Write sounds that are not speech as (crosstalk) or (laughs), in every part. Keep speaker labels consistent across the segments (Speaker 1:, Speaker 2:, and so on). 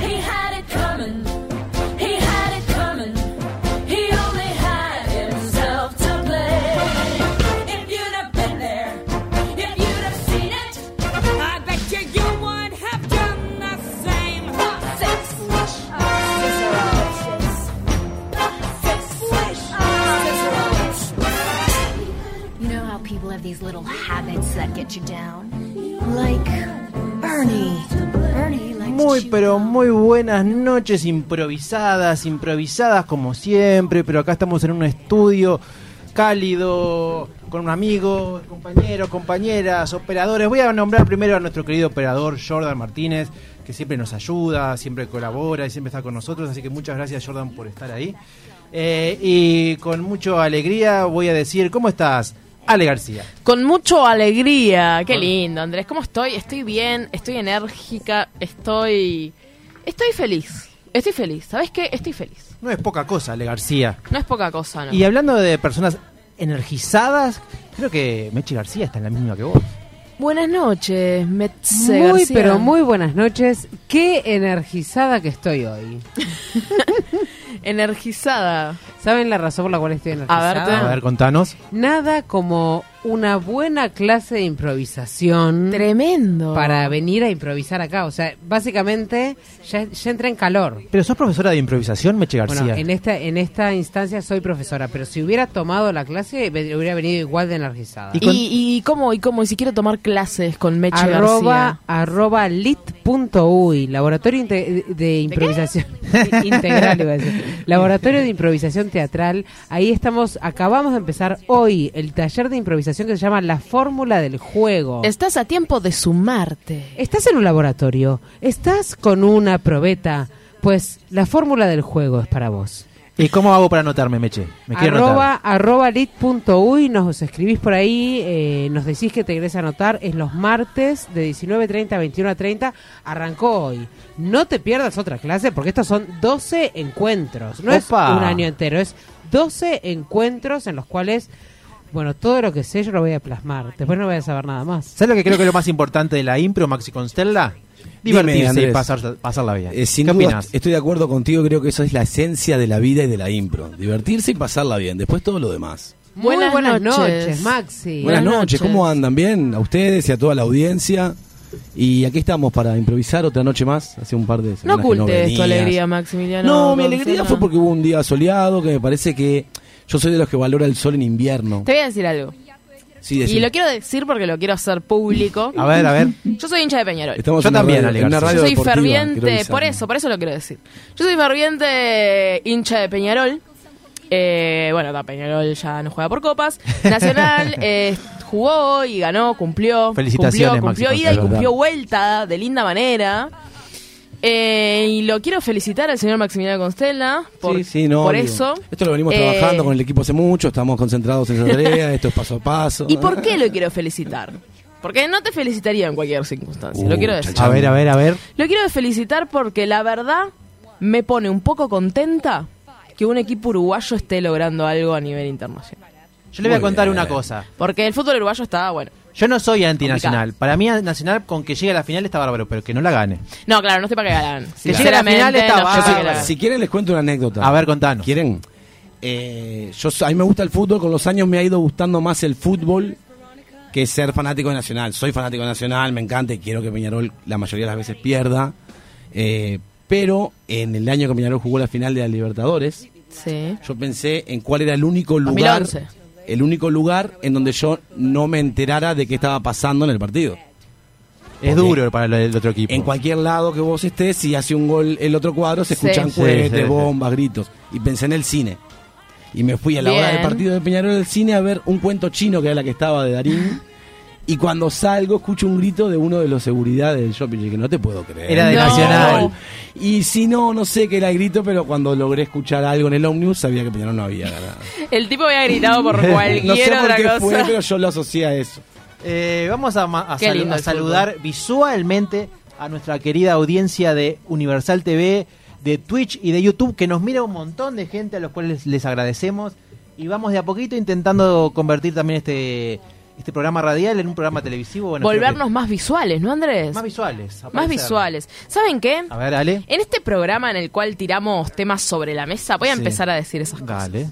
Speaker 1: He had it coming. He had it coming. He only had himself to blame. If you'd have been there, if you'd have seen it, I bet you you would have done the same. Six flesh, scissors. Six flesh, scissors.
Speaker 2: You know how people have these little habits that get you down? Like Ernie. Ernie likes
Speaker 3: Muy,
Speaker 2: to
Speaker 3: pero
Speaker 2: chew
Speaker 3: muy buenas noches improvisadas, improvisadas como siempre, pero acá estamos en un estudio cálido, con un amigo, compañero, compañeras, operadores. Voy a nombrar primero a nuestro querido operador Jordan Martínez, que siempre nos ayuda, siempre colabora y siempre está con nosotros, así que muchas gracias Jordan por estar ahí. Eh, y con mucha alegría voy a decir, ¿cómo estás? Ale García.
Speaker 4: Con mucho alegría. Qué lindo, Andrés. ¿Cómo estoy? Estoy bien, estoy enérgica, estoy. Estoy feliz. Estoy feliz. ¿Sabes qué? Estoy feliz.
Speaker 3: No es poca cosa, Ale García.
Speaker 4: No es poca cosa, ¿no?
Speaker 3: Y hablando de personas energizadas, creo que Mechi García está en la misma que vos.
Speaker 4: Buenas noches, Metze
Speaker 5: Muy,
Speaker 4: García.
Speaker 5: pero muy buenas noches. Qué energizada que estoy hoy.
Speaker 4: Energizada.
Speaker 5: ¿Saben la razón por la cual estoy energizada?
Speaker 4: verte.
Speaker 3: A ver, contanos.
Speaker 5: Nada como una buena clase de improvisación
Speaker 4: Tremendo.
Speaker 5: para venir a improvisar acá. O sea, básicamente ya, ya entra en calor.
Speaker 3: Pero sos profesora de improvisación, Meche García.
Speaker 5: Bueno, en esta, en esta instancia soy profesora, pero si hubiera tomado la clase ve- hubiera venido igual de energizada.
Speaker 3: Y-
Speaker 4: ¿Y, y cómo? ¿Y cómo? ¿Y si quiero tomar clases con Meche
Speaker 5: arroba,
Speaker 4: García?
Speaker 5: arroba lit.uy, laboratorio inte- de, improvisación integral, iba a decir. laboratorio de improvisación teatral. Ahí estamos, acabamos de empezar hoy el taller de improvisación que se llama La Fórmula del Juego.
Speaker 4: Estás a tiempo de sumarte.
Speaker 5: Estás en un laboratorio, estás con una probeta, pues la fórmula del juego es para vos.
Speaker 3: ¿Y cómo hago para anotarme, Meche? Me quiero
Speaker 5: Arroba,
Speaker 3: anotar.
Speaker 5: arroba lit.uy, nos escribís por ahí, eh, nos decís que te querés anotar, es los martes de 19.30 a 21.30, arrancó hoy. No te pierdas otra clase porque estos son 12 encuentros, no es
Speaker 3: Opa.
Speaker 5: un año entero, es 12 encuentros en los cuales, bueno, todo lo que sé yo lo voy a plasmar, después no voy a saber nada más.
Speaker 3: ¿Sabes lo que creo que es lo más importante de la impro, Maxi Constella? Divertirse y
Speaker 6: Andrés.
Speaker 3: pasar, pasar la vida.
Speaker 6: Eh, sin
Speaker 3: ¿Qué
Speaker 6: duda,
Speaker 3: opinas?
Speaker 6: estoy de acuerdo contigo, creo que eso es la esencia de la vida y de la impro. Divertirse y pasarla bien, después todo lo demás.
Speaker 5: Muy
Speaker 4: Buenas noches.
Speaker 5: Maxi.
Speaker 6: Buenas,
Speaker 4: Buenas
Speaker 6: noches,
Speaker 4: noches.
Speaker 6: ¿cómo andan? ¿Bien? A ustedes y a toda la audiencia. Y aquí estamos para improvisar otra noche más, hace un par de
Speaker 4: No
Speaker 6: semanas que
Speaker 4: ocultes tu
Speaker 6: venías.
Speaker 4: alegría, Maximiliano.
Speaker 6: No, mi
Speaker 4: Gonzalo.
Speaker 6: alegría fue porque hubo un día soleado, que me parece que yo soy de los que valora el sol en invierno.
Speaker 4: Te voy a decir algo.
Speaker 6: Sí,
Speaker 4: Y
Speaker 6: decime.
Speaker 4: lo quiero decir porque lo quiero hacer público.
Speaker 3: A ver, a ver.
Speaker 4: Yo soy hincha de Peñarol.
Speaker 6: Estamos
Speaker 3: Yo
Speaker 6: en una
Speaker 3: también,
Speaker 6: radio-
Speaker 3: Ale
Speaker 6: en una
Speaker 3: García.
Speaker 6: radio
Speaker 4: Yo soy
Speaker 6: deportiva, quiero
Speaker 4: ferviente,
Speaker 6: avisarme.
Speaker 4: por eso, por eso lo quiero decir. Yo soy ferviente hincha de Peñarol. Eh, bueno, ta, Peñarol ya no juega por copas. Nacional eh, jugó y ganó, cumplió.
Speaker 3: Felicitaciones,
Speaker 4: Cumplió, cumplió
Speaker 3: Maxi,
Speaker 4: ida y
Speaker 6: es verdad.
Speaker 4: cumplió vuelta de linda manera. Eh, y lo quiero felicitar al señor Maximiliano Constella por,
Speaker 6: Sí, sí, no,
Speaker 4: por
Speaker 6: digo,
Speaker 4: eso.
Speaker 6: Esto lo venimos
Speaker 4: Eh,
Speaker 6: trabajando con el equipo hace mucho, estamos concentrados en esa tarea, esto es paso a paso.
Speaker 4: ¿Y por qué lo quiero felicitar? Porque no te felicitaría en cualquier circunstancia, lo
Speaker 6: Uh,
Speaker 4: quiero decir.
Speaker 6: chacha.
Speaker 3: A ver, a ver, a ver.
Speaker 4: Lo quiero felicitar porque la verdad me pone un poco contenta que un equipo uruguayo esté logrando algo a nivel internacional.
Speaker 3: Yo le voy a
Speaker 6: Muy
Speaker 3: contar
Speaker 6: bien.
Speaker 3: una cosa.
Speaker 4: Porque el fútbol uruguayo está bueno.
Speaker 3: Yo no soy antinacional. Para mí, Nacional, con que llegue a la final está bárbaro, pero que no la gane.
Speaker 4: No, claro, no estoy para que ganan.
Speaker 3: Que llegue a la final
Speaker 4: Sinceramente,
Speaker 3: está
Speaker 4: no estoy
Speaker 6: Yo
Speaker 4: para
Speaker 6: sé-
Speaker 4: que
Speaker 3: bárbaro.
Speaker 4: ganen.
Speaker 6: si quieren les cuento una anécdota.
Speaker 3: A ver, contanos.
Speaker 6: ¿Quieren? Eh, yo, so- a mí me gusta el fútbol, con los años me ha ido gustando más el fútbol que ser fanático de Nacional. Soy fanático de Nacional, me encanta y quiero que Peñarol la mayoría de las veces pierda. Eh, pero en el año que Peñarol jugó la final de la Libertadores,
Speaker 4: Sí.
Speaker 6: yo pensé en cuál era el único lugar,
Speaker 4: 2011.
Speaker 6: el único lugar en donde yo no me enterara de qué estaba pasando en el partido.
Speaker 3: Es
Speaker 6: Ok.
Speaker 3: duro para el- el otro equipo.
Speaker 6: En cualquier lado que vos estés, si hace un gol el otro cuadro, se
Speaker 4: Sí.
Speaker 6: escuchan
Speaker 3: Sí,
Speaker 6: cohetes,
Speaker 3: sí, sí.
Speaker 6: bombas, gritos. Y pensé en el cine. Y me fui a la hora del
Speaker 4: Bien.
Speaker 6: partido de Peñarol del cine a ver un cuento chino que era la que estaba de Darín. Y cuando salgo, escucho un grito de uno de los seguridad del shopping. Y dije, no te puedo creer.
Speaker 3: Era de
Speaker 6: No.
Speaker 3: Nacional.
Speaker 6: Y si no, no sé qué era el grito, pero cuando logré escuchar algo en el ómnibus, sabía que Peñarol no había ganado.
Speaker 4: El tipo había gritado (laughs)
Speaker 3: (laughs)
Speaker 4: por cualquier
Speaker 6: no sé por
Speaker 4: otra
Speaker 6: qué
Speaker 4: cosa.
Speaker 6: fue, pero yo lo asocié a eso.
Speaker 3: Eh, vamos a, ma- a
Speaker 4: Qué
Speaker 3: salu-
Speaker 4: lindo
Speaker 3: a
Speaker 4: el
Speaker 3: saludar visualmente a nuestra querida audiencia de Universal TV, de Twitch y de YouTube, que nos mira un montón de gente a los cuales les agradecemos. Y vamos de a poquito intentando convertir también este, este programa radial en un programa televisivo. Bueno, espero que-
Speaker 4: Volvernos más visuales, ¿no, Andrés?
Speaker 3: más visuales.
Speaker 4: Más
Speaker 3: aparecer.
Speaker 4: visuales. ¿Saben qué?
Speaker 3: A ver, Ale.
Speaker 4: En este programa en el cual tiramos temas sobre la mesa, voy a empezar a decir esas cosas.
Speaker 3: Dale.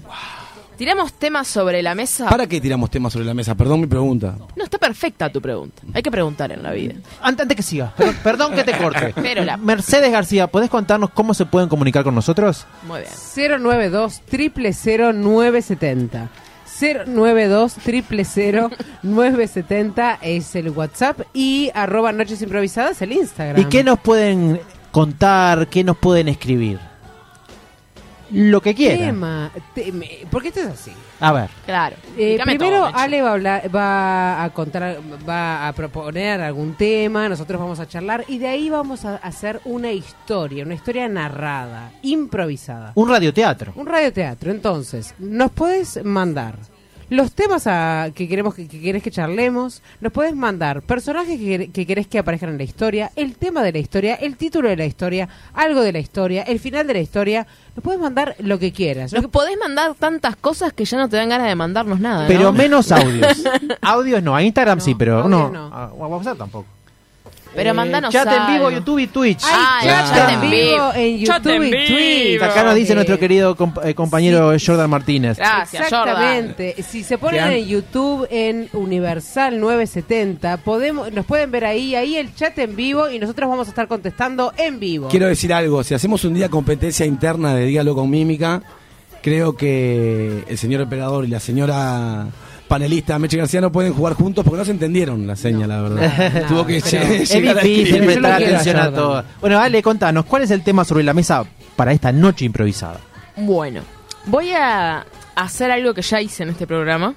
Speaker 4: Tiramos temas sobre la mesa.
Speaker 6: ¿Para qué tiramos temas sobre la mesa? Perdón mi pregunta.
Speaker 4: No, está perfecta tu pregunta. Hay que preguntar en la vida.
Speaker 3: Antes, antes que siga, per- perdón que te corte.
Speaker 4: (laughs) Pero la-
Speaker 3: Mercedes García, ¿podés contarnos cómo se pueden comunicar con nosotros?
Speaker 4: Muy bien.
Speaker 5: 092 000 970 092 000 970 es el WhatsApp y arroba noches improvisadas el Instagram.
Speaker 3: ¿Y qué nos pueden contar? ¿Qué nos pueden escribir? Lo que quieran.
Speaker 5: tema? Teme- ¿Por qué esto es así?
Speaker 3: A ver.
Speaker 4: Claro.
Speaker 5: Eh,
Speaker 4: Explícame
Speaker 5: primero
Speaker 4: todo, Mechi.
Speaker 5: Ale va a, hablar- va a contar, va a proponer algún tema, nosotros vamos a charlar y de ahí vamos a hacer una historia, una historia narrada, improvisada.
Speaker 3: Un radioteatro.
Speaker 5: Un radioteatro, entonces, nos puedes mandar los temas a- que queremos que, que querés que charlemos, nos puedes mandar personajes que, quer- que querés que aparezcan en la historia, el tema de la historia, el título de la historia, algo de la historia, el final de la historia, nos puedes mandar lo que quieras. Lo
Speaker 4: Nos
Speaker 5: que-
Speaker 4: podés mandar tantas cosas que ya no te dan ganas de mandarnos nada. ¿no?
Speaker 3: Pero
Speaker 5: (laughs)
Speaker 3: menos audios. audios no, a Instagram
Speaker 5: No,
Speaker 3: sí, pero no.
Speaker 5: audios no.
Speaker 3: A, a WhatsApp tampoco.
Speaker 4: Pero
Speaker 3: Eh,
Speaker 4: mandanos
Speaker 3: Chat en vivo,
Speaker 4: algo.
Speaker 3: YouTube y Twitch.
Speaker 5: Hay
Speaker 4: Ah,
Speaker 5: chat
Speaker 6: el chat
Speaker 5: en
Speaker 6: en
Speaker 5: vivo
Speaker 4: vivo.
Speaker 5: en
Speaker 4: Chat
Speaker 5: YouTube
Speaker 4: en
Speaker 5: y Twitch.
Speaker 4: vivo.
Speaker 3: Acá nos dice
Speaker 5: Eh,
Speaker 3: nuestro querido comp- eh, compañero Jordan Martínez.
Speaker 4: Gracias, Jordan.
Speaker 5: Exactamente. Si se ponen
Speaker 6: Bien.
Speaker 5: en YouTube en Universal 970, podemos, nos pueden ver ahí, ahí el chat en vivo y nosotros vamos a estar contestando en vivo.
Speaker 6: Quiero decir algo, si hacemos un día competencia interna de Dígalo con Mímica, creo que el señor operador y la señora panelista Meche García no pueden jugar juntos porque no se entendieron la seña, la
Speaker 4: (laughs)
Speaker 6: verdad.
Speaker 5: no,
Speaker 6: Tuvo que
Speaker 3: (laughs)
Speaker 5: pero-
Speaker 6: lle-
Speaker 3: Es
Speaker 6: llegar a
Speaker 3: difícil
Speaker 6: escribir.
Speaker 5: Yo lo
Speaker 3: prestar
Speaker 5: quiero a
Speaker 3: atención a
Speaker 5: Jordan.
Speaker 3: todo. Bueno, Ale, contanos, ¿cuál es el tema sobre la mesa para esta noche improvisada?
Speaker 4: Bueno, voy a hacer algo que ya hice en este programa.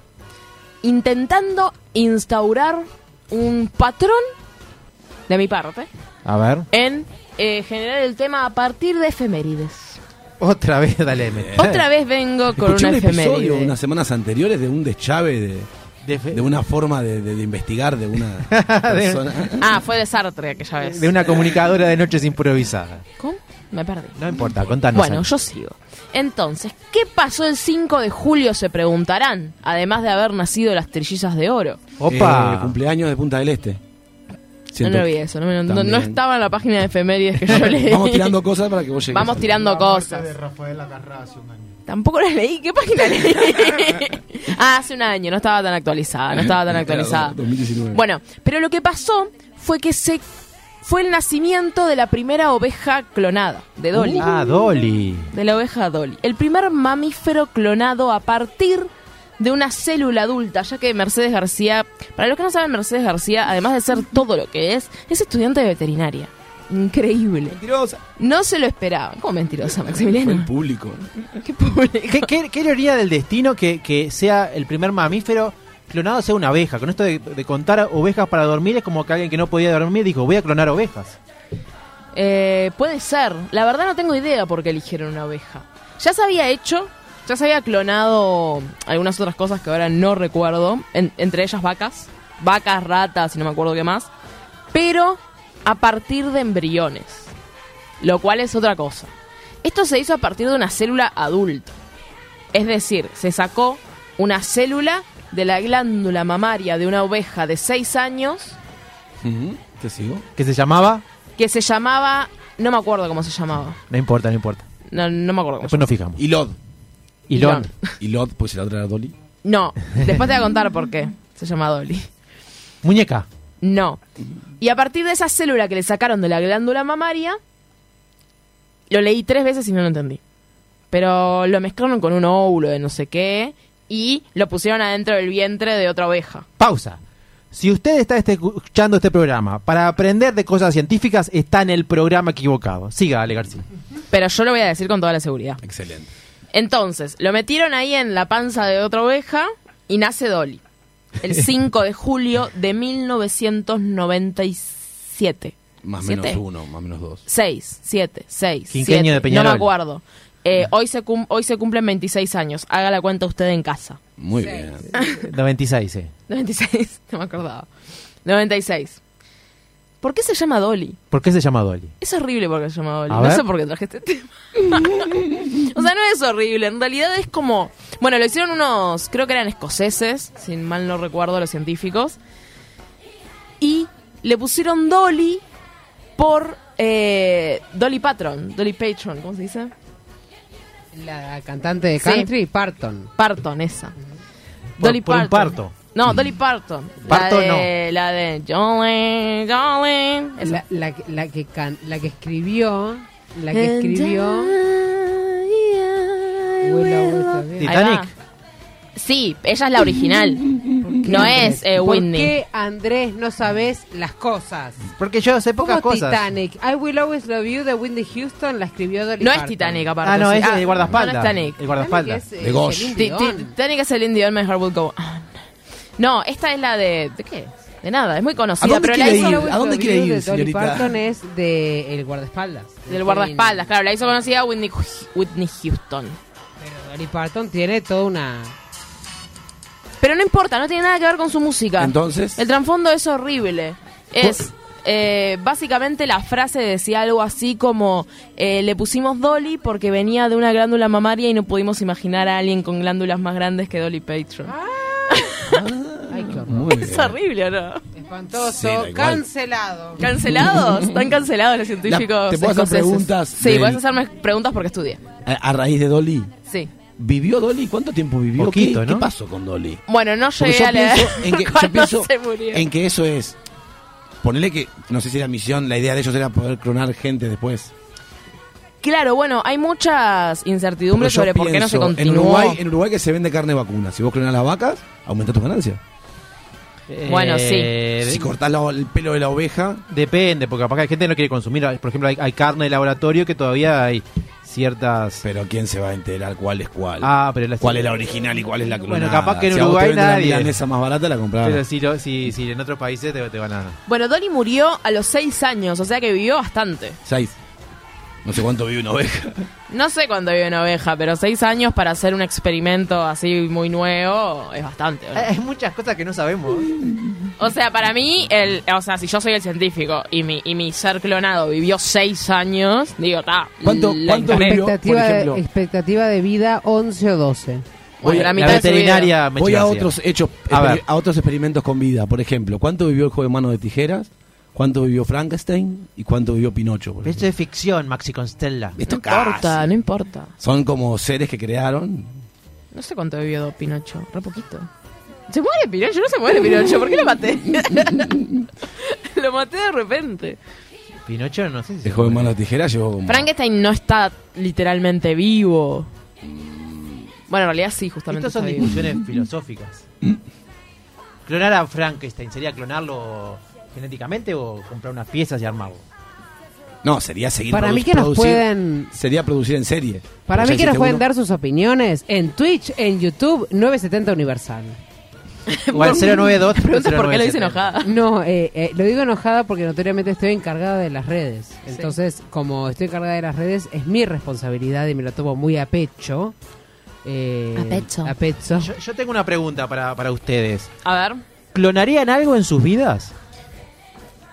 Speaker 4: Intentando instaurar un patrón de mi parte
Speaker 3: A ver.
Speaker 4: en eh, generar el tema a partir de efemérides.
Speaker 3: Otra vez, dale, Mete.
Speaker 4: Otra vez vengo con
Speaker 6: Escuché
Speaker 4: una
Speaker 6: un
Speaker 4: efeméride.
Speaker 6: episodio unas semanas anteriores de un deschave de,
Speaker 3: De, fe-
Speaker 6: de una forma de, de- de investigar de
Speaker 4: (laughs)
Speaker 6: una persona.
Speaker 4: Ah, fue de Sartre aquella vez.
Speaker 3: de una comunicadora de noches improvisadas.
Speaker 4: ¿Cómo? Me perdí.
Speaker 3: No importa,
Speaker 6: Ah,
Speaker 3: contanos.
Speaker 4: Bueno,
Speaker 3: Ale.
Speaker 4: yo sigo. Entonces, ¿qué pasó el 5 de julio? Se preguntarán, además de haber nacido las trillizas de oro.
Speaker 3: Opa.
Speaker 6: Eh, cumpleaños de Punta del Este. Siento-
Speaker 4: No lo vi eso, no, me- no-
Speaker 6: También.
Speaker 4: no estaba en la página de efemérides que yo leí. (laughs)
Speaker 6: Vamos tirando cosas para que vos llegues.
Speaker 4: Vamos
Speaker 6: a-
Speaker 4: tirando cosas. Tampoco la leí, ¿qué página leí? (laughs) ah, hace un año, no estaba tan actualizada, no estaba tan
Speaker 6: Era
Speaker 4: actualizada.
Speaker 6: 2019.
Speaker 4: Bueno, pero lo que pasó fue que se fue el nacimiento de la primera oveja clonada, de Dolly.
Speaker 3: Ah, Dolly.
Speaker 4: de la oveja Dolly. El primer mamífero clonado a partir de una célula adulta, ya que Mercedes García, para los que no saben, Mercedes García, además de
Speaker 6: (laughs)
Speaker 4: ser todo lo que es, es estudiante de veterinaria. Increíble.
Speaker 6: Mentirosa.
Speaker 4: No se lo esperaban. ¿Cómo mentirosa,
Speaker 6: Fue el
Speaker 4: Maximiliano?
Speaker 6: público.
Speaker 4: (laughs) Qué pobre.
Speaker 3: ¿Qué, qué, qué ironía del destino que, que sea el primer mamífero clonado sea una abeja? Con esto de, de contar ovejas para dormir es como que alguien que no podía dormir dijo, voy a clonar ovejas.
Speaker 4: Eh, puede ser. La verdad no tengo idea por qué eligieron una oveja. Ya se había hecho, ya se había clonado algunas otras cosas que ahora no recuerdo, en- entre ellas vacas, vacas, ratas y no me acuerdo qué más, pero a partir de embriones, lo cual es otra cosa. Esto se hizo a partir de una célula adulta. Es decir, se sacó una célula de la glándula mamaria de una oveja de 6 años
Speaker 6: Ujú, Te sigo.
Speaker 3: ¿Qué se llamaba?
Speaker 4: que se llamaba, no me acuerdo cómo se llamaba.
Speaker 3: No importa, no importa.
Speaker 4: No, no me acuerdo. cómo se
Speaker 3: Después nos fijamos.
Speaker 6: Y Lod.
Speaker 3: Ilón.
Speaker 6: Y Lod, pues la otra era Dolly.
Speaker 4: No, después te voy a contar por qué se llama Dolly.
Speaker 3: Muñeca.
Speaker 4: No. Y a partir de esa célula que le sacaron de la glándula mamaria, lo leí tres veces y no lo entendí. Pero lo mezclaron con un óvulo de no sé qué y lo pusieron adentro del vientre de otra oveja.
Speaker 3: Pausa. Si usted está este- escuchando este programa para aprender de cosas científicas, está en el programa equivocado. Siga, Ale García.
Speaker 4: Pero yo lo voy a decir con toda la seguridad.
Speaker 6: Excelente.
Speaker 4: Entonces, lo metieron ahí en la panza de otra oveja y nace Dolly. el 5 de julio de 1997.
Speaker 6: Más o
Speaker 4: ¿Siete?
Speaker 6: menos uno, más o menos dos.
Speaker 4: 6, 7, 6.
Speaker 3: Quinquenio de
Speaker 4: No
Speaker 3: Peñarol. Ah.
Speaker 4: me acuerdo. Eh, hoy, se cum- hoy se cumplen 26 años. Haga la cuenta usted en casa. (laughs)
Speaker 6: Muy bien.
Speaker 4: Ah.
Speaker 3: 96, sí.
Speaker 4: 96, no me acordaba. 96. ¿Por qué se llama Dolly?
Speaker 3: ¿Por qué se llama Dolly?
Speaker 4: Es horrible porque se llama Dolly.
Speaker 3: A
Speaker 4: no
Speaker 3: ver.
Speaker 4: sé por qué traje este tema. (laughs) o sea, no es horrible. En realidad es como. Bueno, lo hicieron unos. Creo que eran escoceses, sin mal no recuerdo, los científicos. Y le pusieron Dolly por. eh, Dolly Patron. Dolly Patron, ¿cómo se dice?
Speaker 5: La cantante de
Speaker 4: Sí.
Speaker 5: country, Parton.
Speaker 4: Parton, esa.
Speaker 3: Por- por un parto. Mm.
Speaker 4: No, Dolly Parton.
Speaker 3: Parto
Speaker 4: la de, La de Jolene, Jolene. Esa.
Speaker 5: La, la que- la que can- la que escribió, la que escribió. Willow
Speaker 4: Ahí
Speaker 5: Wood,
Speaker 3: Titanic.
Speaker 4: va. Sí, ella es la original. No es eh,
Speaker 5: ¿Por
Speaker 4: Whitney.
Speaker 5: qué Andrés no sabes las cosas?
Speaker 3: Porque yo sé
Speaker 5: ¿Cómo
Speaker 3: pocas cosas.
Speaker 5: Titanic? I Will Always Love You de Whitney Houston la escribió Dolly
Speaker 4: No es
Speaker 5: Parton.
Speaker 4: Titanic, aparte.
Speaker 3: Ah, no,
Speaker 4: sí.
Speaker 3: es el guardaespaldas.
Speaker 4: No, no es Titanic.
Speaker 3: El
Speaker 5: Titanic
Speaker 3: guardaespaldas.
Speaker 5: es, eh,
Speaker 6: De Gosh.
Speaker 5: Celine
Speaker 4: Ti-
Speaker 5: Dion.
Speaker 4: ti- Titanic es el Indian, My Heart Will Go On. No, esta es la de. ¿De qué? De nada, es muy
Speaker 6: ¿A
Speaker 4: conocida.
Speaker 6: dónde
Speaker 4: Pero la
Speaker 6: quiere
Speaker 4: hizo
Speaker 6: ir?
Speaker 5: Will
Speaker 6: ¿A dónde
Speaker 5: Always
Speaker 6: quiere
Speaker 5: Love You
Speaker 6: ir,
Speaker 5: de Dolly
Speaker 6: señorita?
Speaker 5: Parton es de El Guardaespaldas. de
Speaker 4: Del
Speaker 5: Celine.
Speaker 4: guardaespaldas, claro, la hizo conocida Whitney, Whitney Houston.
Speaker 5: Pero Dolly Parton tiene toda una...
Speaker 4: Pero no importa, no tiene nada que ver con su música.
Speaker 6: Entonces,
Speaker 4: El trasfondo es horrible. Es eh, básicamente la frase decía algo así como eh, le pusimos Dolly porque venía de una glándula mamaria y no pudimos imaginar a alguien con glándulas más grandes que Dolly Patron.
Speaker 5: Ay, qué horror.
Speaker 6: muy
Speaker 4: Ah, es
Speaker 6: bien.
Speaker 4: horrible, ¿o ¿no?
Speaker 6: Sí,
Speaker 5: Espantoso.
Speaker 6: da igual.
Speaker 5: cancelado.
Speaker 4: (laughs) ¿Cancelados? Están cancelados los científicos.
Speaker 6: ¿te puedo hacer
Speaker 4: escoceses.
Speaker 6: preguntas
Speaker 4: Sí,
Speaker 6: del-
Speaker 4: puedes hacerme preguntas porque estudié.
Speaker 6: A, a raíz de Dolly.
Speaker 4: Sí.
Speaker 6: ¿Vivió Dolly? ¿Cuánto tiempo vivió?
Speaker 3: Poquito,
Speaker 6: ¿Qué,
Speaker 3: ¿no?
Speaker 6: qué pasó con Dolly?
Speaker 4: Bueno, no
Speaker 6: Porque
Speaker 4: llegué
Speaker 6: yo
Speaker 4: a leer.
Speaker 6: pienso,
Speaker 4: (laughs)
Speaker 6: en que, yo
Speaker 4: cuándo
Speaker 6: pienso
Speaker 4: se murió.
Speaker 6: en que eso es. Ponele que, no sé si la misión, la idea de ellos era poder clonar gente después.
Speaker 4: Claro, bueno, hay muchas
Speaker 6: Porque
Speaker 4: incertidumbres
Speaker 6: yo
Speaker 4: sobre por qué no se
Speaker 6: pienso,
Speaker 4: continuó.
Speaker 6: En Uruguay, en Uruguay que se vende carne vacuna. Si vos clonas las vacas, aumenta tus ganancias.
Speaker 4: Bueno, sí.
Speaker 3: Eh,
Speaker 6: Si cortás la- el pelo de la oveja,
Speaker 3: Depende, porque capaz que hay gente que no quiere consumir. Por ejemplo, hay, hay carne de laboratorio que todavía hay ciertas.
Speaker 6: pero ¿quién se va a enterar cuál es cuál?
Speaker 3: Ah, pero las-
Speaker 6: ¿Cuál es la original y cuál es la clonada?
Speaker 3: Bueno, capaz que en
Speaker 6: Si a vos te
Speaker 3: Uruguay
Speaker 6: venden la
Speaker 3: nadie.
Speaker 6: milanesa más barata la compraba.
Speaker 3: Pero si, lo- si, si en otros países te, te van a.
Speaker 4: Bueno, Dolly murió a los seis años, o sea que vivió bastante.
Speaker 6: Seis. No sé cuánto vive
Speaker 3: (laughs)
Speaker 6: una oveja.
Speaker 4: No sé cuándo vive una oveja, pero seis años para hacer un experimento así muy nuevo es bastante. ¿o no?
Speaker 3: Hay muchas cosas que no sabemos.
Speaker 4: O sea, para mí, el, o sea, si yo soy el científico y mi, y mi ser clonado vivió seis años, digo, está.
Speaker 6: ¿Cuánto- cuánto vivió?
Speaker 5: Expectativa,
Speaker 6: Por
Speaker 5: de-
Speaker 6: ejemplo.
Speaker 5: expectativa de vida 11 o 12.
Speaker 4: Bueno, la
Speaker 3: la
Speaker 4: mitad de su vida.
Speaker 3: veterinaria me
Speaker 6: Voy a
Speaker 3: chivasea.
Speaker 6: otros hechos,
Speaker 3: A
Speaker 6: a,
Speaker 3: ver.
Speaker 6: otros experimentos con vida. Por ejemplo, ¿cuánto vivió el joven mano de tijeras? ¿Cuánto vivió Frankenstein? ¿Y cuánto vivió Pinocho? por
Speaker 3: Pero Esto
Speaker 6: ejemplo?
Speaker 3: es ficción, Maxi Constella.
Speaker 6: Esto
Speaker 4: No importa,
Speaker 6: casi.
Speaker 4: no importa.
Speaker 6: Son como seres que crearon.
Speaker 4: No sé cuánto vivió Pinocho, re poquito. ¿Se muere Pinocho? No se muere Pinocho, ¿por qué lo maté? (laughs) lo maté de repente.
Speaker 3: Pinocho, no sé si.
Speaker 6: El joven mano de tijeras llegó
Speaker 3: Mm.
Speaker 6: como...
Speaker 4: Frankenstein no está literalmente vivo.
Speaker 3: Mm.
Speaker 4: Bueno, en realidad sí, justamente.
Speaker 3: Estas son
Speaker 4: está vivo.
Speaker 3: discusiones (clears throat) filosóficas. Clonar a Frankenstein, ¿sería clonarlo genéticamente o comprar unas piezas
Speaker 4: (laughs)
Speaker 3: y armarlo?
Speaker 6: No, sería seguir
Speaker 5: Para
Speaker 6: produ-
Speaker 5: mí que nos
Speaker 6: producir-
Speaker 5: pueden-
Speaker 6: Sería producir en serie.
Speaker 5: Para
Speaker 6: Ya
Speaker 5: mí que nos
Speaker 6: existe
Speaker 5: pueden
Speaker 6: uno.
Speaker 5: dar sus opiniones en Twitch, en YouTube, 970 Universal.
Speaker 3: O al 092.
Speaker 4: Pregunta por qué lo dice enojada.
Speaker 5: No, eh, eh, lo digo enojada porque notoriamente estoy encargada de las redes. Entonces, como estoy encargada de las redes, es mi responsabilidad y me lo tomo muy a pecho. Eh,
Speaker 2: A pecho.
Speaker 5: A pecho.
Speaker 3: Yo, yo tengo una pregunta para, para ustedes.
Speaker 4: A ver,
Speaker 3: ¿Clonarían algo en sus vidas?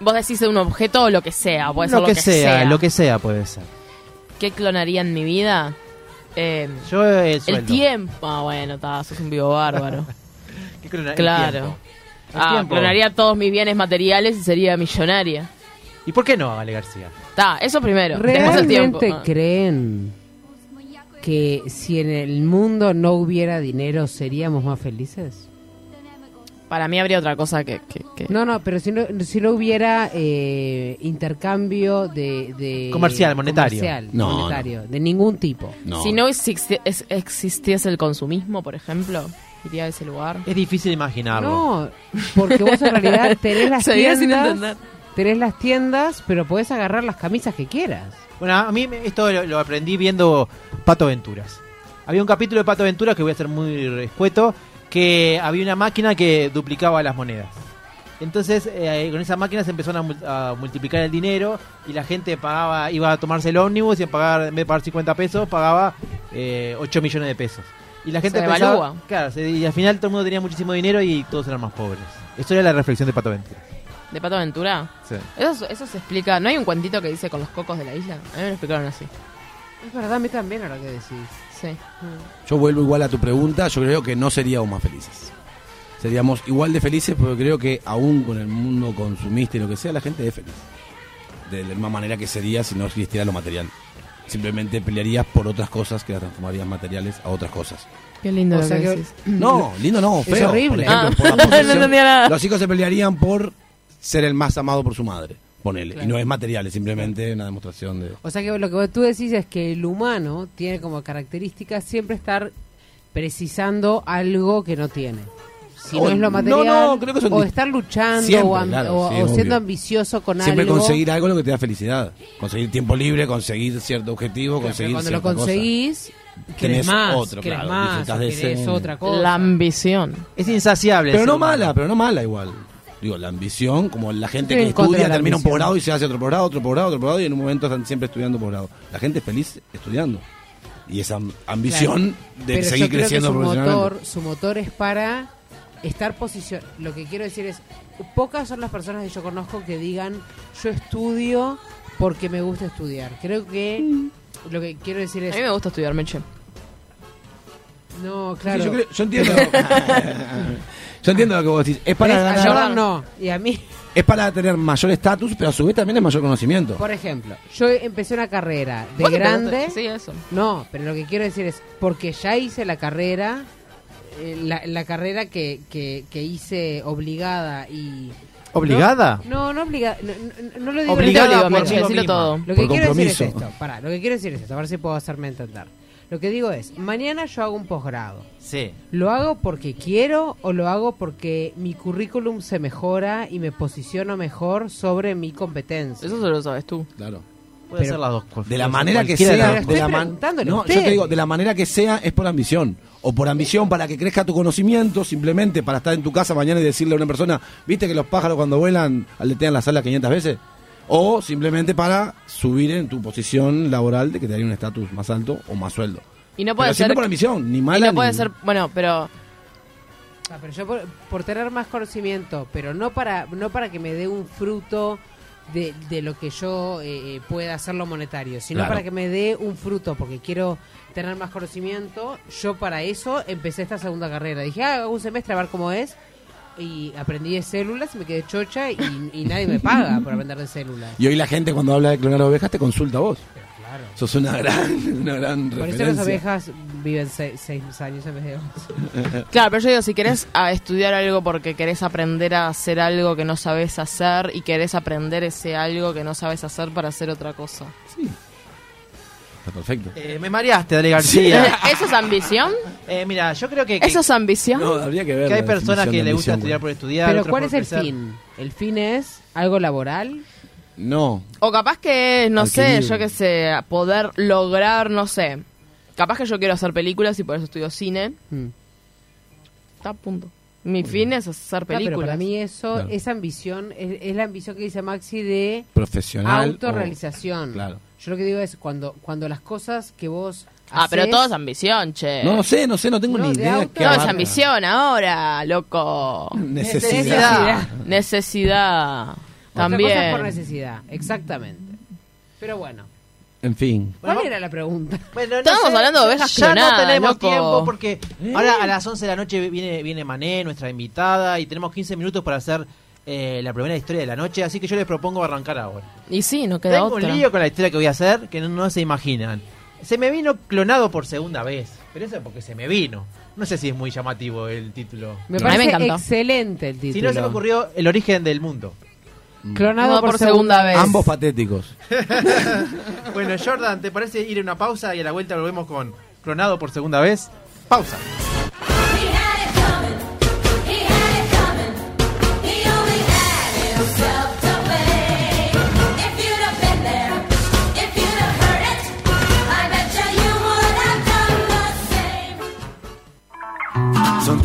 Speaker 4: vos decís de un objeto o lo que sea, puede ser lo que,
Speaker 3: sea, lo que sea puede ser.
Speaker 4: ¿Qué clonaría en mi vida? Eh,
Speaker 3: Yo eh,
Speaker 4: el
Speaker 3: sueldo.
Speaker 4: tiempo. Ah, bueno, ta, sos un vivo bárbaro.
Speaker 3: ¿Qué clonar- (laughs) el
Speaker 4: claro.
Speaker 3: tiempo? El
Speaker 4: Ah,
Speaker 3: tiempo.
Speaker 4: clonaría todos mis bienes materiales y sería millonaria.
Speaker 3: ¿Y por qué no, Ale García?
Speaker 4: Ta, eso primero. Después el tiempo.
Speaker 5: ¿Realmente
Speaker 4: Ah.
Speaker 5: creen que si en el mundo no hubiera dinero seríamos más felices?
Speaker 4: Para mí habría otra cosa que. que- que-
Speaker 5: Eh, No, no, pero si no, si no hubiera eh, intercambio de, de-
Speaker 3: Comercial, monetario.
Speaker 5: comercial,
Speaker 6: No,
Speaker 5: monetario, de ningún tipo.
Speaker 6: No.
Speaker 4: Si no existi- es- existiese el consumismo, por ejemplo, iría a ese lugar.
Speaker 3: Es difícil imaginarlo.
Speaker 5: No, porque vos en
Speaker 6: (laughs)
Speaker 5: realidad tenés las
Speaker 4: Seguía sin entender.
Speaker 5: tiendas, tenés las tiendas, pero podés agarrar las camisas que quieras.
Speaker 3: Bueno, a mí me- esto lo, lo aprendí viendo Pato Venturas. Había un capítulo de Pato Venturas que voy a ser muy escueto, que había una máquina que duplicaba las monedas. Entonces, eh, con esa máquina se empezaron a, mul- a multiplicar el dinero y la gente pagaba, iba a tomarse el ómnibus y a pagar, en vez de pagar 50 pesos, pagaba eh, 8 millones de pesos. Y la gente
Speaker 4: Se
Speaker 3: pensaba-
Speaker 4: devalúa.
Speaker 3: claro, se- y al final todo el mundo tenía muchísimo dinero y todos eran más pobres. Eso era la reflexión de Pato Ventura.
Speaker 4: De Pato Aventura.
Speaker 3: Sí.
Speaker 4: Eso, eso se explica. ¿No hay un cuentito que dice con los cocos de la isla? A mí me lo explicaron así.
Speaker 5: Es verdad, me también ahora que decís.
Speaker 4: Sí.
Speaker 6: Yo vuelvo igual a tu pregunta, yo creo que no seríamos más felices. Seríamos igual de felices porque creo que aún con el mundo consumista y lo que sea, la gente es feliz. De la misma manera que sería si no existiera lo material. Simplemente pelearías por otras cosas que las transformarías materiales a otras cosas.
Speaker 4: Qué lindo
Speaker 5: O
Speaker 4: lo
Speaker 5: sea
Speaker 4: que
Speaker 5: que-
Speaker 4: decís.
Speaker 6: No, lindo no, feo. por
Speaker 5: horrible.
Speaker 6: ejemplo,
Speaker 4: Mm. Ah.
Speaker 6: por la
Speaker 4: (laughs)
Speaker 6: posesión.
Speaker 4: No entendía nada.
Speaker 6: Los hijos se pelearían por ser el más amado por su madre, ponele. Y no es material, es simplemente una demostración de...
Speaker 5: O sea que lo que vos- tú decís es que el humano tiene como característica siempre estar precisando algo que no tiene. Si
Speaker 6: O-
Speaker 5: no es lo
Speaker 6: no,
Speaker 5: material,
Speaker 6: no, creo que son
Speaker 5: o
Speaker 6: dis-
Speaker 5: estar luchando
Speaker 6: Siempre,
Speaker 5: o, am-
Speaker 6: claro,
Speaker 5: o-
Speaker 6: sí,
Speaker 5: o
Speaker 6: obvio.
Speaker 5: siendo ambicioso con
Speaker 6: Siempre
Speaker 5: algo.
Speaker 6: conseguir algo es lo que te da felicidad. Conseguir tiempo libre, conseguir cierto objetivo,
Speaker 5: Pero
Speaker 6: conseguir
Speaker 5: cuando lo
Speaker 6: cierta
Speaker 5: conseguís, querés
Speaker 6: Tenés
Speaker 5: más,
Speaker 6: otro,
Speaker 5: querés
Speaker 6: claro,
Speaker 5: más,
Speaker 6: disfrutás de
Speaker 5: querés
Speaker 6: ese-
Speaker 5: otra cosa.
Speaker 4: La ambición.
Speaker 3: Es insaciable.
Speaker 6: cosa. Pero
Speaker 3: el
Speaker 6: no
Speaker 3: ser humano.
Speaker 6: mala, pero no mala igual. Digo, la ambición, como la gente
Speaker 5: Estoy
Speaker 6: que
Speaker 5: en contra de
Speaker 6: estudia,
Speaker 5: la
Speaker 6: termina un
Speaker 5: ambición.
Speaker 6: posgrado y se hace otro posgrado, otro posgrado, otro posgrado, y en un momento están siempre estudiando posgrado. La gente es feliz estudiando. Y esa am- ambición de
Speaker 5: Pero
Speaker 6: seguir
Speaker 5: yo creo
Speaker 6: creciendo
Speaker 5: que su
Speaker 6: profesionalmente.
Speaker 5: motor, su motor es para estar posición. Lo que quiero decir es, pocas son las personas que yo conozco que digan yo estudio porque me gusta estudiar. Creo que lo que quiero decir
Speaker 4: A mí
Speaker 5: es,
Speaker 4: me gusta estudiar, Meche.
Speaker 5: no,
Speaker 6: Sí,
Speaker 5: claro.
Speaker 6: yo, creo- yo entiendo. yo entiendo lo (laughs) que vos decís. Es para,
Speaker 5: Es- a
Speaker 4: (laughs)
Speaker 6: ganar-
Speaker 5: Jordan no. Y a mí,
Speaker 6: es para tener mayor estatus, pero a su vez también es mayor conocimiento.
Speaker 5: por ejemplo, yo empecé una carrera de
Speaker 4: ¿Vos te
Speaker 5: grande.
Speaker 4: preguntaste? Sí, eso.
Speaker 5: No, pero lo que quiero decir es, porque ya hice la carrera, eh, la, la carrera que, que, que hice obligada y...
Speaker 3: ¿Obligada?
Speaker 5: No, no obligada, no, no- no lo
Speaker 3: Obligada
Speaker 5: digo... Lo
Speaker 4: Obligado,
Speaker 5: digo,
Speaker 3: por
Speaker 4: Meche,
Speaker 3: mí
Speaker 4: decilo
Speaker 3: misma.
Speaker 4: todo.
Speaker 5: Lo que
Speaker 6: Por
Speaker 5: quiero decir es
Speaker 6: compromiso.
Speaker 5: esto, pará, lo que quiero decir es esto, a ver si puedo hacerme entender. Lo que digo es, mañana yo hago un posgrado.
Speaker 3: Sí.
Speaker 5: ¿Lo hago porque quiero o lo hago porque mi currículum se mejora y me posiciono mejor sobre mi competencia?
Speaker 4: Eso solo lo sabes tú.
Speaker 6: Claro.
Speaker 3: Puede
Speaker 5: Pero-
Speaker 3: ser las dos cosas.
Speaker 6: De la manera que
Speaker 3: Cualquiera de
Speaker 6: sea,
Speaker 3: las
Speaker 5: estoy
Speaker 6: de la man-
Speaker 5: preguntándole a
Speaker 6: no, yo
Speaker 5: ustedes.
Speaker 6: te digo, de la manera que sea es por ambición o por ambición para que crezca tu conocimiento, simplemente para estar en tu casa mañana y decirle a una persona, ¿viste que los pájaros cuando vuelan aletean las alas 500 veces? O simplemente para subir en tu posición laboral de que te daría un estatus más alto o más sueldo.
Speaker 4: Y no puede
Speaker 6: Pero siempre
Speaker 4: ser.
Speaker 6: por ambición, ni
Speaker 4: y
Speaker 6: mala
Speaker 4: no puede
Speaker 6: ni-
Speaker 4: ser. Bueno, pero.
Speaker 5: Ah, pero yo por, por tener más conocimiento, pero no para no para que me dé un fruto de, de lo que yo eh, eh, pueda hacerlo monetario, sino
Speaker 6: Claro.
Speaker 5: para que me dé un fruto, porque quiero tener más conocimiento. Yo para eso empecé esta segunda carrera. Dije, ah, hago un semestre a ver cómo es. Y aprendí de células, me quedé chocha y, y nadie me paga por aprender de células.
Speaker 6: Y hoy la gente cuando habla de clonar ovejas te consulta a vos. Sos una gran, (laughs) una gran
Speaker 5: Por eso
Speaker 6: referencia.
Speaker 5: las ovejas viven se- seis, años en vez de once.
Speaker 4: Claro, pero yo digo, si querés a estudiar algo porque querés aprender a hacer algo que no sabes hacer y querés aprender ese algo que no sabes hacer para hacer otra cosa.
Speaker 6: Sí. Está perfecto.
Speaker 3: Eh, me mareaste, Dale García.
Speaker 4: ¿Eso es ambición?
Speaker 3: Eh, mira, yo creo que, que,
Speaker 4: ¿Eso es ambición?
Speaker 6: No, habría que ver.
Speaker 3: que hay
Speaker 6: la
Speaker 3: personas
Speaker 6: definición
Speaker 3: que
Speaker 6: de
Speaker 3: le gusta
Speaker 6: ambición,
Speaker 3: estudiar por
Speaker 6: güey.
Speaker 3: estudiar.
Speaker 5: Pero
Speaker 3: otras
Speaker 5: ¿cuál
Speaker 3: por
Speaker 5: es el
Speaker 3: crecer.
Speaker 5: fin? ¿El fin es algo laboral?
Speaker 6: No,
Speaker 4: O capaz que, no sé,
Speaker 6: Adquirir.
Speaker 4: yo qué sé, poder lograr, no sé. Capaz que yo quiero hacer películas y por eso estudio cine.
Speaker 5: Mm.
Speaker 4: Está a punto. Mi fin es hacer
Speaker 5: No,
Speaker 4: películas.
Speaker 5: Ah, pero para mí eso,
Speaker 6: Claro.
Speaker 5: esa ambición, es, es la ambición que dice Maxi de
Speaker 6: profesional.
Speaker 5: autorrealización.
Speaker 6: o- claro.
Speaker 5: Yo lo que digo es cuando, cuando las cosas que vos
Speaker 4: ah, pero
Speaker 5: hacés-
Speaker 4: todo es ambición, che.
Speaker 6: o- No, no sé, no sé, no tengo
Speaker 5: No,
Speaker 6: ni
Speaker 5: de
Speaker 6: idea.
Speaker 5: auto-
Speaker 6: qué
Speaker 4: todo es
Speaker 6: abarca.
Speaker 4: ambición ahora, loco.
Speaker 6: Necesidad.
Speaker 4: Necesidad.
Speaker 5: otra cosa es por
Speaker 4: También.
Speaker 5: necesidad, exactamente. Pero bueno,
Speaker 6: En fin.
Speaker 5: ¿cuál
Speaker 3: Bueno,
Speaker 5: era la pregunta?
Speaker 3: Bueno, no
Speaker 4: Estábamos
Speaker 3: sé,
Speaker 4: hablando de ovejas
Speaker 3: Ya
Speaker 4: clonadas,
Speaker 3: no tenemos
Speaker 4: loco.
Speaker 3: tiempo porque
Speaker 6: ¿Eh?
Speaker 3: ahora a las 11 de la noche viene, viene Mané, nuestra invitada, y tenemos 15 minutos para hacer eh, la primera historia de la noche, así que yo les propongo arrancar ahora.
Speaker 4: Y sí, no queda
Speaker 3: Tengo
Speaker 4: otra.
Speaker 3: un lío con la historia que voy a hacer que no, no se imaginan. Se me vino clonado por segunda vez, pero eso es porque se me vino. No sé si es muy llamativo el título.
Speaker 5: Me
Speaker 4: A mí me
Speaker 5: parece
Speaker 4: encantó.
Speaker 5: excelente el
Speaker 3: Si
Speaker 5: título.
Speaker 3: no se me ocurrió el origen del mundo.
Speaker 5: Clonado
Speaker 4: No,
Speaker 5: por,
Speaker 4: por segunda vez.
Speaker 6: Ambos patéticos.
Speaker 3: Bueno, Jordan, ¿te parece ir a una pausa y a la vuelta volvemos con clonado por segunda vez? Pausa.
Speaker 1: He had it coming. He had it coming. He only had himself to blame. If you'd have been there, if you'd have heard it, I bet you you would have done the same.
Speaker 7: Son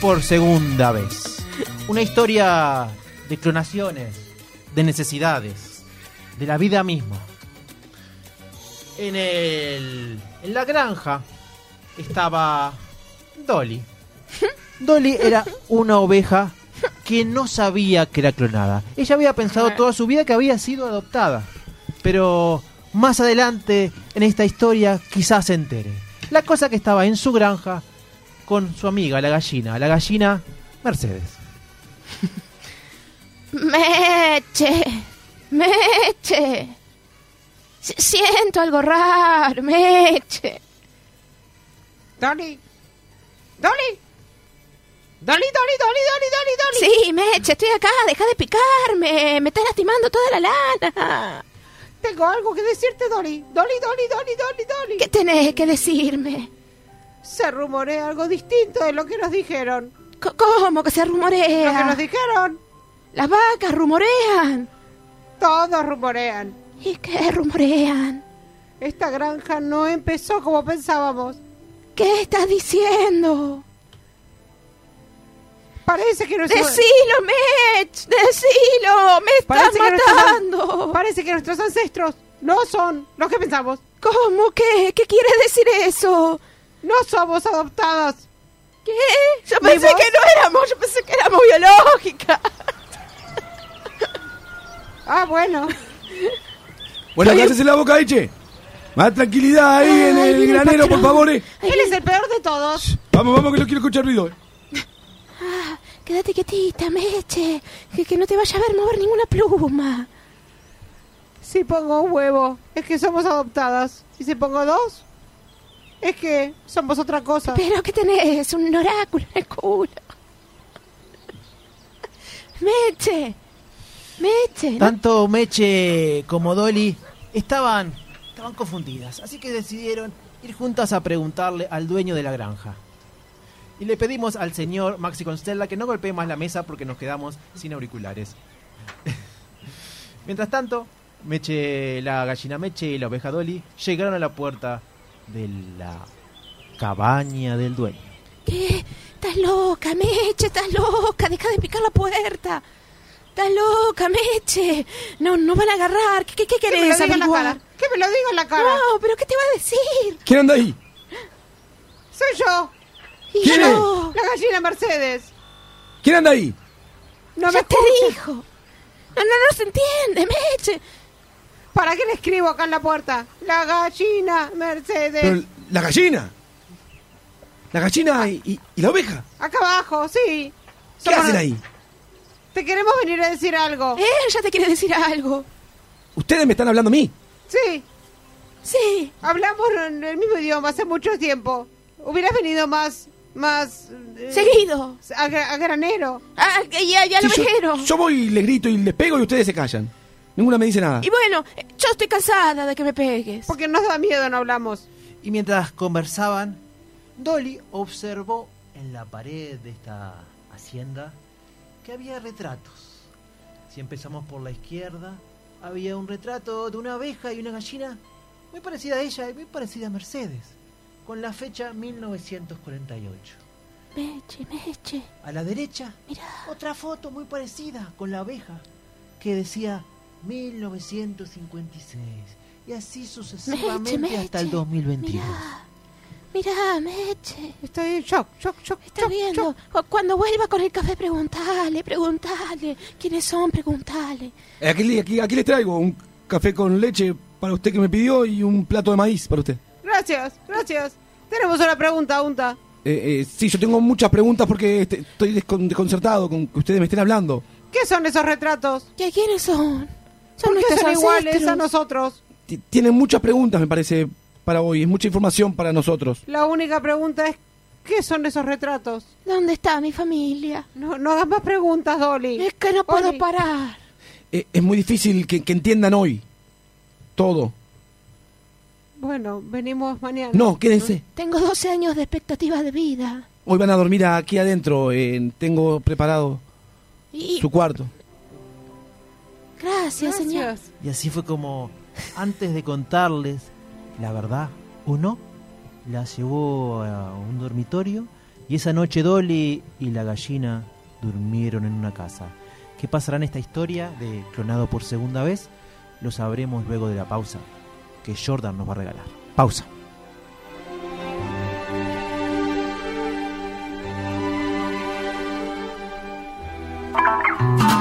Speaker 3: por segunda vez. Una historia de clonaciones, de necesidades, de la vida misma. En el en la granja estaba Dolly. Dolly era una oveja que no sabía que era clonada. Ella había pensado toda su vida que había sido adoptada. Pero más adelante en esta historia quizás se entere. La cosa que estaba en su granja con su amiga, la gallina, la gallina Mercedes.
Speaker 4: Meche, Meche. Si- Siento algo raro, Meche.
Speaker 5: Dolly. Dolly. Dolly, Dolly, Dolly, Dolly, Dolly, Dolly.
Speaker 4: Sí, Meche, estoy acá, deja de picarme. Me estás lastimando toda la lana.
Speaker 5: Tengo algo que decirte, Dolly. Dolly, Dolly, Dolly, Dolly, Dolly.
Speaker 4: ¿Qué tenés que decirme?
Speaker 5: Se rumorea algo distinto de lo que nos dijeron.
Speaker 4: Co- ¿Cómo que se
Speaker 5: Lo que nos
Speaker 4: rumorea?
Speaker 5: dijeron,
Speaker 4: Las vacas rumorean.
Speaker 5: todos rumorean.
Speaker 4: ¿Y qué rumorean?
Speaker 5: Esta granja no empezó como pensábamos.
Speaker 4: ¿Qué estás diciendo?
Speaker 5: Parece que nuestro-
Speaker 4: Decilo, Mech, decilo, me estás
Speaker 5: Parece que no estás-
Speaker 4: matando.
Speaker 5: parece que nuestros ancestros no son los que pensamos.
Speaker 4: ¿Cómo que? ¿Qué quiere decir eso?
Speaker 5: No somos adoptados.
Speaker 4: ¿Qué? Yo pensé que no éramos, yo pensé que éramos biológica.
Speaker 5: Ah, bueno.
Speaker 6: (laughs) Bueno, ¿qué haces en la boca, Eche? Más tranquilidad ahí en
Speaker 4: Ay,
Speaker 6: el
Speaker 4: viene el
Speaker 6: granero, por
Speaker 4: patrón.
Speaker 6: favor. eh.
Speaker 5: Él es el peor de todos.
Speaker 6: Vamos, vamos, que no quiero escuchar ruido. eh.
Speaker 4: Quédate quietita, Meche, que, que no te vaya a ver mover ninguna pluma.
Speaker 5: Si pongo un huevo, es que somos adoptadas. Y si pongo dos, es que somos otra cosa.
Speaker 4: Pero que tenés un oráculo en el culo. Meche, Meche, no
Speaker 3: Tanto Meche como Dolly estaban, estaban confundidas, así que decidieron ir juntas a preguntarle al dueño de la granja. Y le pedimos al señor Maxi Constella que no golpee más la mesa porque nos quedamos sin auriculares. (laughs) Mientras tanto, Meche, la gallina Meche y la oveja Dolly llegaron a la puerta de la cabaña del dueño.
Speaker 4: ¿Qué? Estás loca, Meche, estás loca. Deja de picar la puerta. Estás loca, Meche. No, no van a agarrar. ¿Qué, qué, qué
Speaker 5: Que me lo
Speaker 4: querés
Speaker 5: diga en la
Speaker 4: averiguar?
Speaker 5: cara. Que me lo diga en la cara.
Speaker 4: No, pero ¿qué te va a decir?
Speaker 6: ¿Quién anda ahí?
Speaker 5: Soy yo,
Speaker 4: Y
Speaker 6: ¿Quién
Speaker 4: yo,
Speaker 5: la gallina Mercedes.
Speaker 6: ¿Quién anda ahí?
Speaker 5: No me
Speaker 4: ya te
Speaker 5: escucha.
Speaker 4: dijo. No, no, no se entiende, Meche.
Speaker 5: ¿Para qué le escribo acá en la puerta? La gallina Mercedes.
Speaker 6: Pero la gallina. La gallina y, y- y la oveja.
Speaker 5: Acá abajo, sí.
Speaker 6: ¿Qué
Speaker 5: Somos-
Speaker 6: hacen ahí?
Speaker 5: Te queremos venir a decir algo.
Speaker 4: Ella te quiere decir algo.
Speaker 6: Ustedes me están hablando a mí.
Speaker 5: Sí,
Speaker 4: Sí.
Speaker 5: hablamos en el mismo idioma hace mucho tiempo. Hubieras venido más, más... eh,
Speaker 4: Seguido.
Speaker 5: A, gra- a granero.
Speaker 4: Ah, y, a- y al
Speaker 6: Sí, yo-
Speaker 4: ovejero.
Speaker 6: yo, voy y les grito y les pego y ustedes se callan. Ninguna me dice nada.
Speaker 4: Y bueno, eh, yo estoy cansada de que me pegues.
Speaker 5: Porque nos da miedo, no hablamos.
Speaker 3: Y mientras conversaban, Dolly observó en la pared de esta Hacienda, que había retratos. Si empezamos por la izquierda, había un retrato de una abeja y una gallina muy parecida a ella y muy parecida a Mercedes, con la fecha 1948.
Speaker 8: Meche, meche.
Speaker 3: A la derecha,
Speaker 8: Mirá.
Speaker 3: otra foto muy parecida con la abeja que decía 1956 y así sucesivamente
Speaker 8: Meche,
Speaker 3: hasta el
Speaker 8: meche.
Speaker 3: 2022.
Speaker 8: Mirá. Mirá, Meche.
Speaker 5: Estoy en shock, shock, shock.
Speaker 8: Está viendo. O Cuando vuelva con el café, preguntale, preguntale. ¿Quiénes son? Preguntale.
Speaker 6: Eh, Aquí, aquí, aquí les traigo un café con leche para usted que me pidió y un plato de maíz para usted.
Speaker 5: Gracias, gracias. Tenemos una pregunta, Unta.
Speaker 6: Eh, eh, sí, yo tengo muchas preguntas porque este, estoy descon- desconcertado con que ustedes me estén hablando.
Speaker 5: ¿Qué son esos retratos?
Speaker 8: ¿Y a quiénes son? Son
Speaker 5: ¿Por qué
Speaker 8: nuestros
Speaker 5: son iguales a
Speaker 8: ancestros.
Speaker 5: nosotros?
Speaker 6: Ti- tienen muchas preguntas, me parece, para hoy. Es mucha información para nosotros.
Speaker 5: La única pregunta es, ¿qué son esos retratos?
Speaker 8: ¿Dónde está mi familia?
Speaker 5: No, no hagas más preguntas, Dolly.
Speaker 8: Es que no puedo
Speaker 5: Oli.
Speaker 8: parar.
Speaker 6: Eh, es muy difícil que, que entiendan hoy todo.
Speaker 5: Bueno, venimos mañana.
Speaker 6: No, quédense.
Speaker 8: Tengo 12 años de expectativa de vida.
Speaker 6: Hoy van a dormir aquí adentro. eh, tengo preparado
Speaker 8: Y
Speaker 6: su cuarto.
Speaker 8: gracias, señor.
Speaker 5: Gracias.
Speaker 3: Y así fue como, antes de contarles la verdad o no, la llevó a un dormitorio y esa noche Dolly y la gallina durmieron en una casa. ¿Qué pasará en esta historia de clonado por segunda vez? Lo sabremos luego de la pausa que Jordan nos va a regalar. Pausa.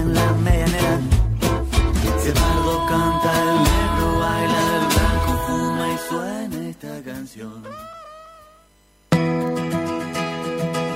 Speaker 7: en la medianera. Si el pardo canta, el negro baila, el blanco fuma y suena esta canción.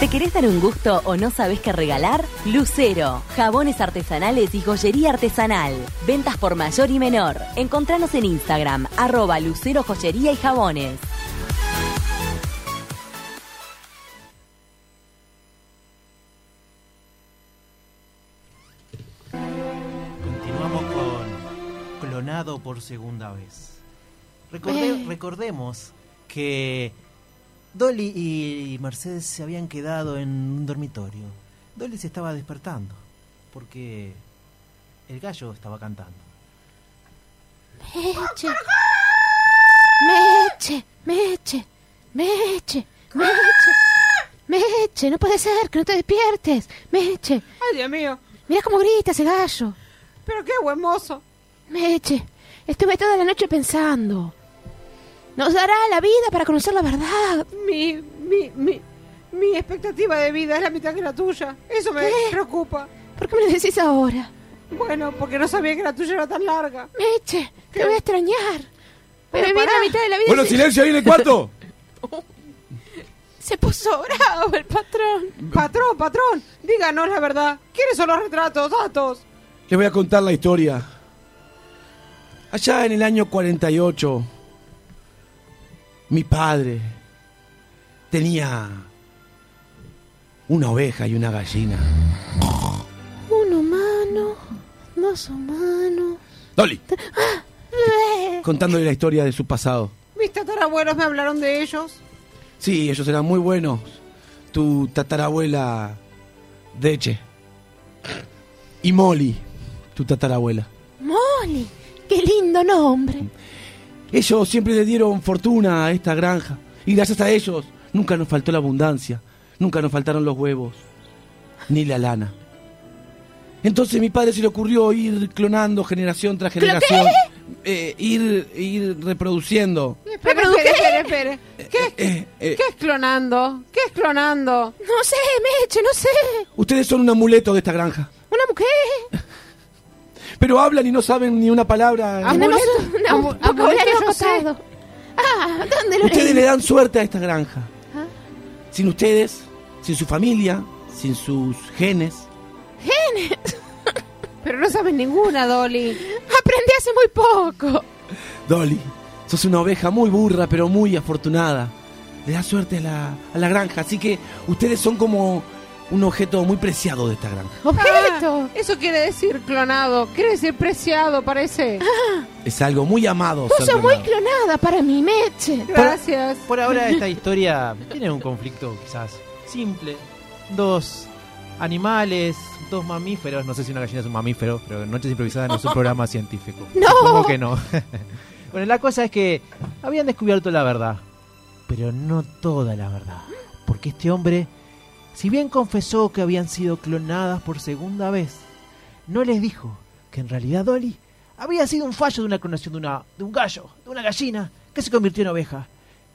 Speaker 9: ¿Te querés dar un gusto o no sabes qué regalar? Lucero, jabones artesanales y joyería artesanal. Ventas por mayor y menor. Encontranos en Instagram, arroba Lucero Joyería y Jabones.
Speaker 3: Continuamos con Clonado por segunda vez. Recorde-
Speaker 8: Eh.
Speaker 3: Recordemos que Dolly y Mercedes se habían quedado en un dormitorio. Dolly se estaba despertando porque el gallo estaba cantando.
Speaker 8: Meche. Meche, meche, meche, meche. Meche, no puede ser que no te despiertes. Meche,
Speaker 5: Ay, Dios mío.
Speaker 8: mira cómo grita ese gallo.
Speaker 5: Pero qué buen mozo.
Speaker 8: Meche, estuve toda la noche pensando. Nos dará la vida para conocer la verdad.
Speaker 5: Mi, mi, mi, mi expectativa de vida es la mitad que la tuya. Eso me
Speaker 8: ¿Qué?
Speaker 5: preocupa.
Speaker 8: ¿Por qué me lo decís ahora?
Speaker 5: Bueno, porque no sabía que la tuya era tan larga.
Speaker 8: Meche, te voy a extrañar. Pero vivir la mitad de la vida
Speaker 6: Bueno,
Speaker 8: se-
Speaker 6: silencio ahí en el cuarto.
Speaker 8: se puso bravo el patrón.
Speaker 5: Ah, Patrón, patrón, díganos la verdad. ¿Quiénes son los retratos, datos?
Speaker 6: Les voy a contar la historia. Allá en el año 48, mi padre tenía una oveja y una gallina.
Speaker 8: Un humano, dos humanos.
Speaker 6: Dolly,
Speaker 8: Bleh.
Speaker 6: contándole la historia de su pasado.
Speaker 5: Mis tatarabuelos me hablaron de ellos.
Speaker 6: Sí, ellos eran muy buenos. Tu tatarabuela Deche. Y Molly, tu tatarabuela.
Speaker 8: Molly, qué lindo nombre.
Speaker 6: Ellos siempre le dieron fortuna a esta granja. Y gracias a ellos nunca nos faltó la abundancia. Nunca nos faltaron los huevos. Ni la lana. Entonces mi padre se le ocurrió ir clonando generación tras generación. eh, ir, ir reproduciendo. Eh,
Speaker 5: Espera, espera, espera, espera. ¿Qué, es- ¿Qué es clonando? ¿Qué es clonando?
Speaker 4: No sé, Meche, no sé.
Speaker 6: Ustedes son un amuleto de esta granja.
Speaker 4: Una mujer.
Speaker 6: Pero hablan y no saben ni una palabra.
Speaker 4: Una no sé, una
Speaker 5: amu-
Speaker 4: poca bola,
Speaker 5: amuleto
Speaker 4: yo
Speaker 5: acotado.
Speaker 4: sé. Ah, ¿dónde lo
Speaker 6: Ustedes
Speaker 4: leí?
Speaker 6: le dan suerte a esta granja.
Speaker 4: Ah.
Speaker 6: Sin ustedes, sin su familia, sin sus genes. (laughs)
Speaker 4: Genes.
Speaker 5: Pero no sabes ninguna, Dolly.
Speaker 4: Aprendí hace muy poco.
Speaker 6: Dolly, sos una oveja muy burra, pero muy afortunada. Le da suerte a la, a la granja. Así que ustedes son como un objeto muy preciado de esta granja.
Speaker 5: Oh. Objeto. eso quiere decir clonado. Quiere decir preciado, parece.
Speaker 8: Ah,
Speaker 6: Es algo muy amado.
Speaker 4: Vos
Speaker 6: ser
Speaker 4: sos muy
Speaker 6: donado.
Speaker 4: clonada para mi Meche.
Speaker 5: Gracias.
Speaker 3: Por ahora esta historia tiene un conflicto quizás simple. Dos animales, dos mamíferos, no sé si una gallina es un mamífero, pero Noches Improvisadas no es un programa científico.
Speaker 4: No.
Speaker 3: Supongo que no. (laughs) bueno, la cosa es que habían descubierto la verdad, pero no toda la verdad. Porque este hombre, si bien confesó que habían sido clonadas por segunda vez, no les dijo que en realidad Dolly había sido un fallo de una clonación de, una, de un gallo, de una gallina, que se convirtió en oveja.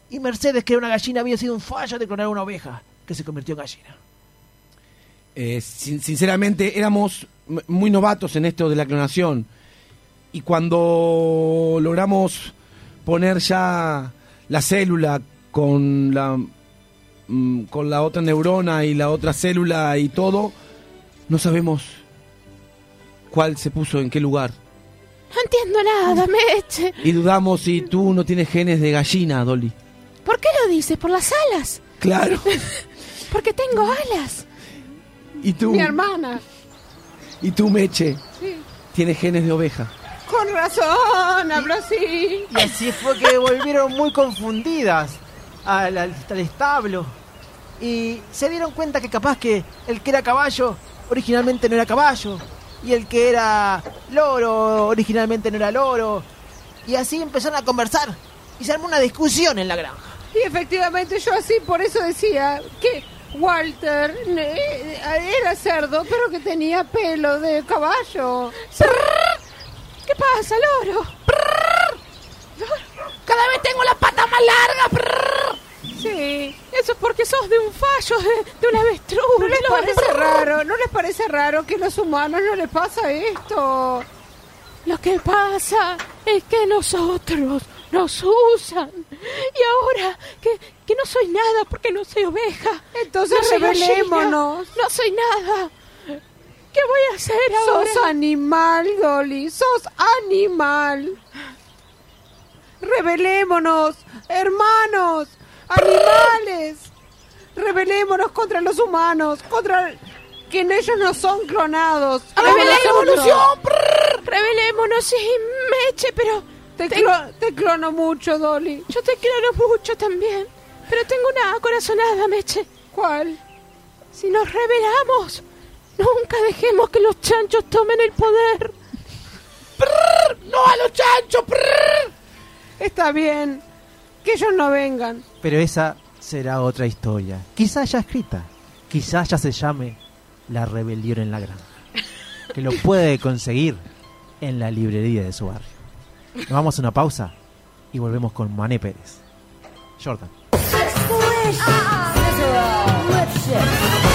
Speaker 3: Y Mercedes, que era una gallina, había sido un fallo de clonar una oveja, que se convirtió en gallina.
Speaker 6: Eh, sin- sinceramente, éramos m- muy novatos en esto de la clonación. Y cuando logramos poner ya la célula con la, mm, con la otra neurona y la otra célula y todo, no sabemos cuál se puso en qué lugar.
Speaker 4: No entiendo nada, Meche.
Speaker 6: Y dudamos si tú no tienes genes de gallina, Dolly.
Speaker 4: ¿Por qué lo dices? ¿Por las alas?
Speaker 6: Claro.
Speaker 4: Porque tengo alas.
Speaker 6: Y tú,
Speaker 5: Mi hermana.
Speaker 6: y tú Meche,
Speaker 5: Sí.
Speaker 6: tienes genes de oveja.
Speaker 5: Con razón, hablo así.
Speaker 3: Y así fue que volvieron muy confundidas al, al- al establo. Y se dieron cuenta que capaz que el que era caballo originalmente no era caballo. Y el que era loro originalmente no era loro. Y así empezaron a conversar. Y se armó una discusión en la granja.
Speaker 5: Y efectivamente yo así, por eso decía que Walter eh, era cerdo, pero que tenía pelo de caballo.
Speaker 4: ¿Qué pasa, loro? Cada vez tengo las patas más largas.
Speaker 5: Sí.
Speaker 4: Eso es porque sos de un fallo, de, de un avestruz.
Speaker 5: ¿No les
Speaker 4: de lo-
Speaker 5: parece raro? ¿No les parece raro que a los humanos no les pasa esto?
Speaker 4: Lo que pasa es que nosotros nos usan. Y ahora que, que no soy nada porque no soy oveja.
Speaker 5: Entonces
Speaker 4: no soy gallina,
Speaker 5: rebelémonos.
Speaker 4: No soy nada. ¿Qué voy a hacer ahora?
Speaker 5: Sos animal, Dolly. Sos animal. Rebelémonos, hermanos, animales. Rebelémonos contra los humanos, contra que en ellos no son clonados.
Speaker 4: ¡Revela la
Speaker 5: Nosotros.
Speaker 4: evolución! prrr. Revelémonos, sí, Meche, pero
Speaker 5: Te, clo- te clono mucho, Dolly.
Speaker 4: yo te quiero mucho también. Pero tengo una corazonada, Meche.
Speaker 5: ¿Cuál?
Speaker 4: Si nos revelamos, nunca dejemos que los chanchos tomen el poder. Prrr, ¡No a los chanchos! prrr.
Speaker 5: Está bien. Que ellos no vengan.
Speaker 3: Pero esa será otra historia. Quizás ya escrita. Quizás ya se llame La Rebelión en la Granja. Que lo puede conseguir en la librería de su barrio. Nos vamos a una pausa y volvemos con Mané Pérez. Jordan.
Speaker 8: Swish, scissor, whip shit,